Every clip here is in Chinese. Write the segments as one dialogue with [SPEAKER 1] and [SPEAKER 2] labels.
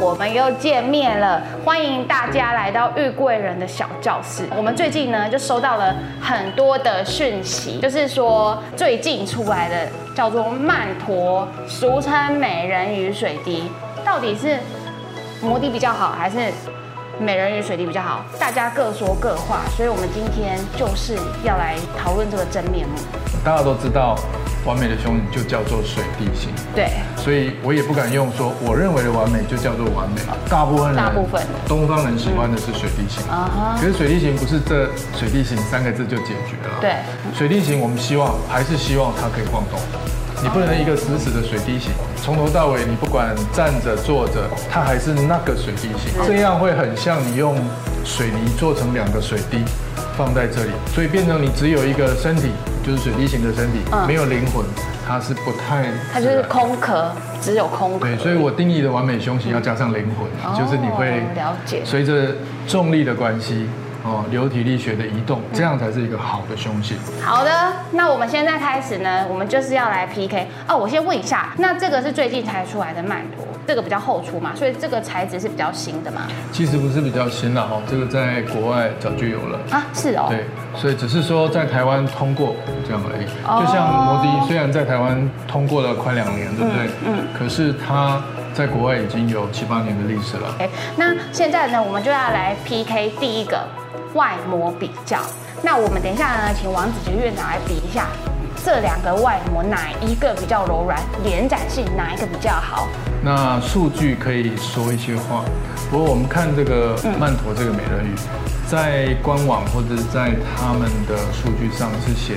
[SPEAKER 1] 我们又见面了，欢迎大家来到玉贵人的小教室。我们最近呢就收到了很多的讯息，就是说最近出来的叫做曼陀，俗称美人鱼水滴，到底是摩的比较好还是美人鱼水滴比较好？大家各说各话，所以我们今天就是要来讨论这个真面目。
[SPEAKER 2] 大家都知道，完美的胸就叫做水地型，
[SPEAKER 1] 对，
[SPEAKER 2] 所以我也不敢用说我认为的完美就叫做完美。啊大部分人，
[SPEAKER 1] 大部分
[SPEAKER 2] 东方人喜欢的是水地型，
[SPEAKER 1] 啊哈，
[SPEAKER 2] 可是水地型不是这水地形三个字就解决了。
[SPEAKER 1] 对，
[SPEAKER 2] 水地形我们希望还是希望它可以晃动。你不能一个死死的水滴形，从头到尾你不管站着坐着，它还是那个水滴形，这样会很像你用水泥做成两个水滴放在这里，所以变成你只有一个身体，就是水滴形的身体，
[SPEAKER 1] 嗯
[SPEAKER 2] 没有灵魂，它是不太
[SPEAKER 1] 它就是空壳，只有空壳。
[SPEAKER 2] 对，所以我定义的完美胸型要加上灵魂，
[SPEAKER 1] 哦
[SPEAKER 2] 就是你会
[SPEAKER 1] 了解
[SPEAKER 2] 随着重力的关系，哦，流体力学的移动，这样才是一个好的胸型。
[SPEAKER 1] 好的，那我们现在开始呢，我们就是要来 PK 哦。我先问一下，那这个是最近才出来的曼陀，这个比较后出嘛，所以这个材质是比较新的嘛？
[SPEAKER 2] 其实不是比较新了哦，这个在国外早就有了。
[SPEAKER 1] 啊，是哦，
[SPEAKER 2] 对，所以只是说在台湾通过这样而已。
[SPEAKER 1] 哦
[SPEAKER 2] 就像摩的，虽然在台湾通过了快两年，对不对？嗯。可是它在国外已经有七八年的历史了。
[SPEAKER 1] OK，那现在呢，我们就要来 PK 第一个外模比较。那我们等一下呢，请王子杰院长来比一下这两个外模哪一个比较柔软，延展性哪一个比较好？
[SPEAKER 2] 那数据可以说一些话，不过我们看这个
[SPEAKER 1] 嗯
[SPEAKER 2] 曼陀这个美人鱼，在官网或者是在他们的数据上是写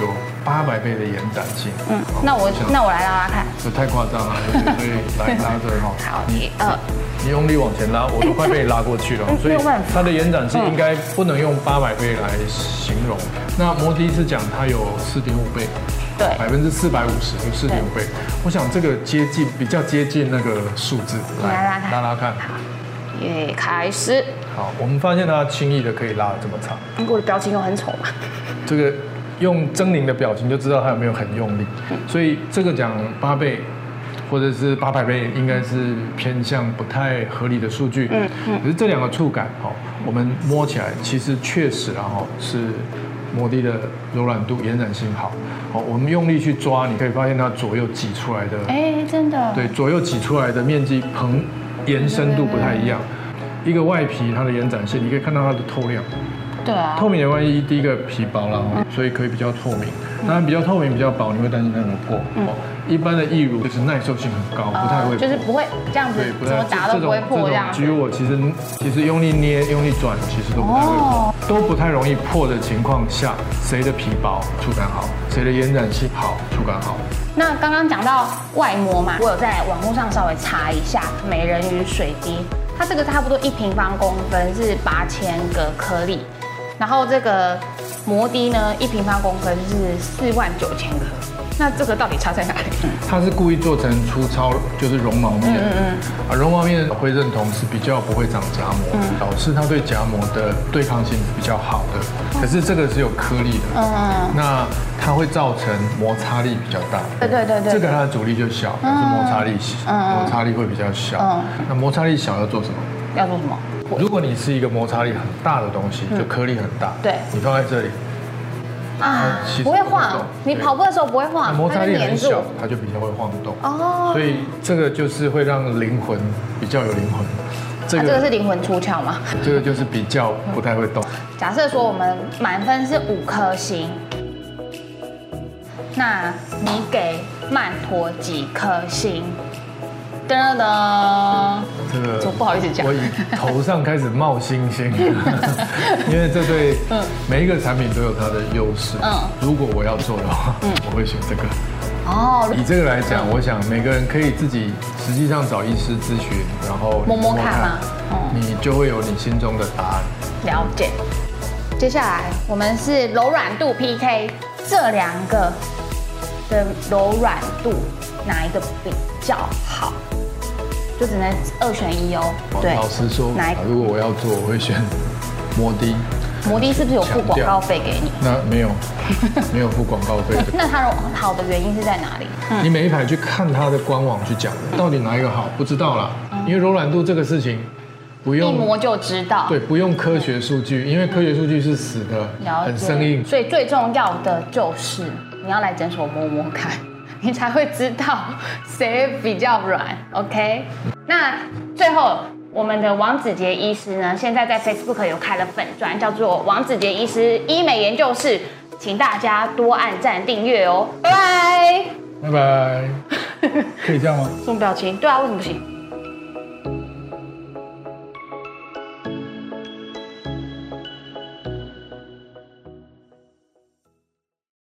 [SPEAKER 2] 有八百倍的延展性。
[SPEAKER 1] 嗯，那我
[SPEAKER 2] 想
[SPEAKER 1] 那我来拉拉看。
[SPEAKER 2] 这太夸张了，所以来拉着哈，
[SPEAKER 1] 好，
[SPEAKER 2] 你
[SPEAKER 1] 一二，
[SPEAKER 2] 你用力往前拉，我都快被你拉过去了
[SPEAKER 1] 嗯，
[SPEAKER 2] 所
[SPEAKER 1] 没
[SPEAKER 2] 以
[SPEAKER 1] 有办法
[SPEAKER 2] 它的延展性应该不能用八百倍来形容。那摩的是讲它有四点五倍，
[SPEAKER 1] 嗯对
[SPEAKER 2] 百分之四百五十，四点五倍。我想这个接近比较接近那个数字，
[SPEAKER 1] 来拉拉看
[SPEAKER 2] 拉拉看。
[SPEAKER 1] 耶，开始。
[SPEAKER 2] 好，我们发现它轻易的可以拉得这么长，
[SPEAKER 1] 我的表情又很丑嘛。
[SPEAKER 2] 这个用狰狞的表情就知道它有没有很用力。所以这个讲八倍或者是八百倍，应该是偏向不太合理的数据。嗯可是这两个触感哦，我们摸起来其实确实啊哦是。摩的的柔软度、延展性好，哦，我们用力去抓，你可以发现它左右挤出来的
[SPEAKER 1] 哎，真的。
[SPEAKER 2] 对，左右挤出来的面积膨延伸度不太一样。一个外皮它的延展性，你可以看到它的透亮。
[SPEAKER 1] 对啊。
[SPEAKER 2] 透明的外衣，第一个皮薄了，哦所以可以比较透明。当然比较透明、比较薄，你会担心它有没有破。哦一般的易乳就是耐受性很高，不太
[SPEAKER 1] 嗯
[SPEAKER 2] 会
[SPEAKER 1] 哦
[SPEAKER 2] 破。
[SPEAKER 1] 就是不会这样子
[SPEAKER 2] 对，，不
[SPEAKER 1] 怎
[SPEAKER 2] 太
[SPEAKER 1] 么打都不会破这样子。
[SPEAKER 2] 这种这种举我其实其实用力捏、用力转，其实都不太会破
[SPEAKER 1] 哦，
[SPEAKER 2] 都不太容易破的情况下，谁的皮薄触感好，谁的延展性好触感好。
[SPEAKER 1] 那刚刚讲到外膜嘛，我有在网络上稍微查一下美人鱼水滴，它这个差不多一平方公分是八千个颗粒，然后这个摩的呢，一平方公分是四万九千颗。那这个到底差在哪里？
[SPEAKER 2] 它是故意做成粗糙，就是绒毛面。
[SPEAKER 1] 嗯
[SPEAKER 2] 啊，绒毛面会认同是比较不会长荚
[SPEAKER 1] 嗯
[SPEAKER 2] 膜，导致它对荚膜的对抗性是比较好的。可是这个是有颗粒的，
[SPEAKER 1] 嗯
[SPEAKER 2] 那它会造成摩擦力比较大。
[SPEAKER 1] 对对对嗯对
[SPEAKER 2] 这个它的阻力就小，可是摩擦力小，
[SPEAKER 1] 嗯
[SPEAKER 2] 摩擦力会比较小。那摩擦力小要做什么？
[SPEAKER 1] 要做什么？
[SPEAKER 2] 如果你是一个摩擦力很大的东西，就颗粒很大，
[SPEAKER 1] 嗯对
[SPEAKER 2] 你放在这里，
[SPEAKER 1] 啊
[SPEAKER 2] 其实，
[SPEAKER 1] 不会
[SPEAKER 2] 不会
[SPEAKER 1] 晃
[SPEAKER 2] 动，
[SPEAKER 1] 你
[SPEAKER 2] 对
[SPEAKER 1] 跑步的时候不会
[SPEAKER 2] 那
[SPEAKER 1] 晃，
[SPEAKER 2] 摩擦力
[SPEAKER 1] 它就
[SPEAKER 2] 很
[SPEAKER 1] 黏住
[SPEAKER 2] 小，它就比较会晃动。
[SPEAKER 1] 哦。
[SPEAKER 2] 所以这个就是会让灵魂比较有灵魂，这
[SPEAKER 1] 那
[SPEAKER 2] 个、
[SPEAKER 1] 这啊个是灵魂出窍吗？
[SPEAKER 2] 这个就是比较不太会动。
[SPEAKER 1] 假设说我们满分是五颗星，那你给曼陀几颗星？噔噔，
[SPEAKER 2] 这个
[SPEAKER 1] 我不好意思讲
[SPEAKER 2] 我以头上开始冒星星，因为这对每一个产品都有它的优势。
[SPEAKER 1] 嗯
[SPEAKER 2] 如果我要做的话， 我会选这个。
[SPEAKER 1] 哦，
[SPEAKER 2] 以这个来讲，我想每个人可以自己实际上找医师咨询，然后
[SPEAKER 1] 摸摸看嘛嗯
[SPEAKER 2] 你就会有你心中的答案。
[SPEAKER 1] 了解。接下来我们是柔软度 PK，这两个的柔软度哪一个比较好？就只能二选一哦。
[SPEAKER 2] 老实说
[SPEAKER 1] 哪一，
[SPEAKER 2] 如果我要做，我会选 摩的。
[SPEAKER 1] 摩的是不是有付广告费给你？
[SPEAKER 2] 那没有， 没有付广告费的。
[SPEAKER 1] 那它好的原因是在哪里？
[SPEAKER 2] 你每一排去看它的官网去讲，到底哪一个好不知道啦。
[SPEAKER 1] 嗯
[SPEAKER 2] 因为柔软度这个事情不
[SPEAKER 1] 一
[SPEAKER 2] 用
[SPEAKER 1] 摸就知道。
[SPEAKER 2] 对，不用科学数据，因为科学数据是死的，
[SPEAKER 1] 嗯了解
[SPEAKER 2] 很生硬。
[SPEAKER 1] 所以最重要的就是你要来诊所摸摸看，你才会知道谁比较软。OK，那
[SPEAKER 2] 嗯
[SPEAKER 1] 最后。我们的王子杰医师呢，现在在 Facebook 有开了粉专，叫做王子杰医师医美研究室，请大家多按赞订阅哦，拜拜。
[SPEAKER 2] 拜拜，可以这样吗？
[SPEAKER 1] 什么表情？对啊，为什么不行？